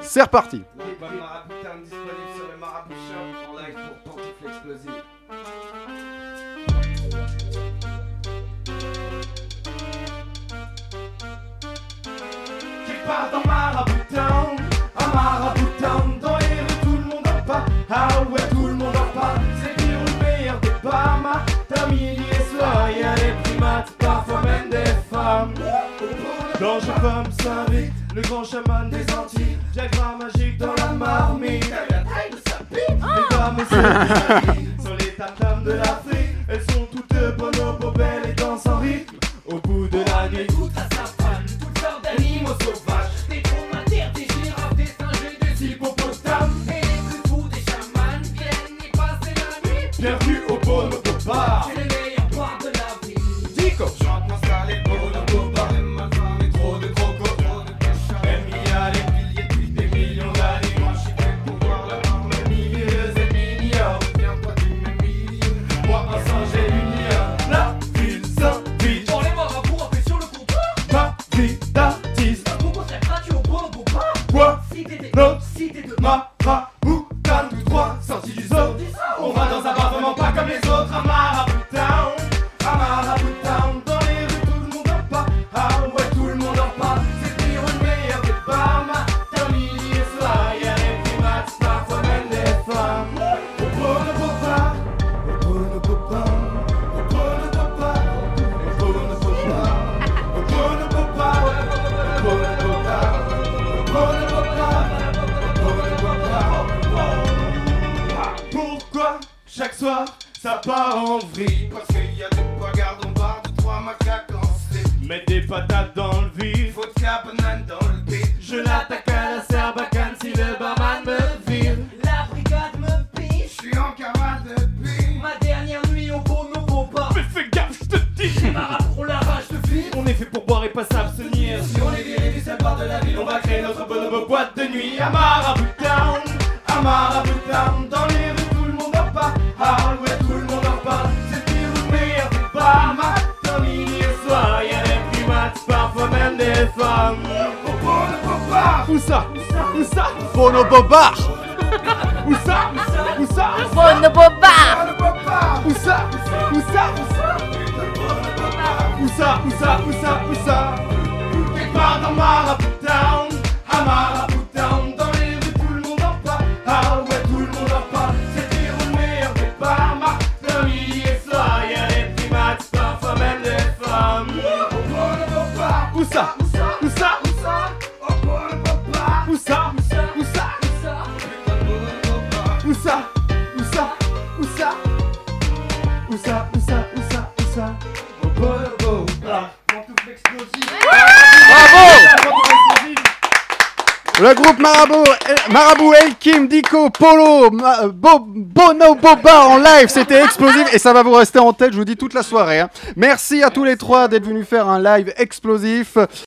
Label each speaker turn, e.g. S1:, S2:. S1: C'est reparti
S2: Les bonnes maraboutin disponibles sur le marabout shop en live pour pantoufles explosives. Quelque part dans maraboutin, un maraboutin dans les rues, tout le monde en parle. Ah ouais, tout le monde en parle. C'est pire ou le meilleur des parmas. D'un midi et soir, y a les primates, parfois même des femmes. Dans je pomme s'invite, le grand chaman des Antilles, diagramme magique dans la marmite. Elle a la taille de sa bite. Les femmes sont des amies, sont les tartames de l'Afrique. Elles sont toutes bonobos, belles et dansent en rythme. Au bout de la nuit, tout à sa femme, toutes sortes d'animaux sauvages. Des dromadaires, des girafes, des singes et des hippopotames. Et les plus fous des chamans viennent y passer la nuit. Bienvenue au Bonobo Bar. C'est le meilleur bar de la ville. Dico, chante moi ça les Bonobo Bar. J'aime ma femme et trop de crocos, trop de pêcheurs. Elle m'y a les piliers depuis des millions d'années. Moi je suis fait pour voir la mort, mais milieux et mignons. Viens pas du même milieu. Moi un singe et une lionne. La ville s'invite.
S3: Dans les morts à bout, rappelez sur le comptoir.
S2: Ma vie d'artiste.
S3: Un concours très gratuit au bon bon pas.
S2: Quoi
S3: Si t'es de
S2: Non.
S3: si t'es de
S2: Maraboutin, tous trois sortis du zoo. On va dans un bar vraiment pas comme les autres. À Maraboutin, à Maraboutin, dans les rues tout le monde en parle. Ah ouais, tout le monde en parle. C'est le pire ou le meilleur des femmes. D'un millier et soir, y'a les primates, parfois même des femmes. Au bonobo bar, au bonobo bar, au bonobo bar, au bonobo bar, au bonobo bar, au bonobo bar, au bonobo bar. Pourquoi chaque soir ça part en vrille Parce qu'il y a des bagarres en bar de trois macaques en slip Mettre des patates dans le vide, faut de banane dans le vide Je l'attaque à la serbacane si le barman me vire
S3: La brigade me piche.
S2: Je suis en camarade depuis
S3: Ma dernière nuit au bon nouveau pas.
S2: Mais fais gaffe, je te dis
S3: Marabout, on la rage de vie.
S2: On est fait pour boire et pas s'abstenir Si on est viré du seul bar de la ville On va créer notre bonobo boîte de nuit À Marabout Town, à Marabout Town Dans les rues tout le monde en parle Ah ouais tout le monde en parle C'est le pire ou le meilleur des bars Matin, midi et soir Y'a des primates, parfois même des femmes Au bonobo bar
S1: Où ça Où ça Bonobo Bar
S2: Où ça Où ça
S4: Bonobo Bar
S2: Bonobo bar
S1: Où ça Où ça
S2: Où ça, où ça, où ça, où ça Quelque part dans Marabout Town, à Marabout Town, dans les rues tout le monde en parle. Ah ouais, tout le monde en parle. C'est le pire ou le meilleur des parmas. D'un midi et soir, y'a les primates, parfois même des femmes. Au Bonobo Bar,
S1: Où ça
S2: où ça,
S1: Où ça
S2: où ça Au Bonobo Bar,
S1: Où ça
S2: où ça,
S1: Où ça
S2: où ça Putain de Bonobo Bar.
S1: Où ça Où ça Où ça
S2: Où ça, où ça, où ça, où ça Au Bonobo Bar. Pantoufle explosive.
S1: Bravo
S2: Pantoufle explosive.
S1: Le groupe Marabout, El- Marabout, El Kim, Dico, Polo, Ma- euh, Bo- Bono, Boba en live, c'était explosif et ça va vous rester en tête, je vous dis, toute la soirée. hein. Merci à tous les trois d'être venus faire un live explosif.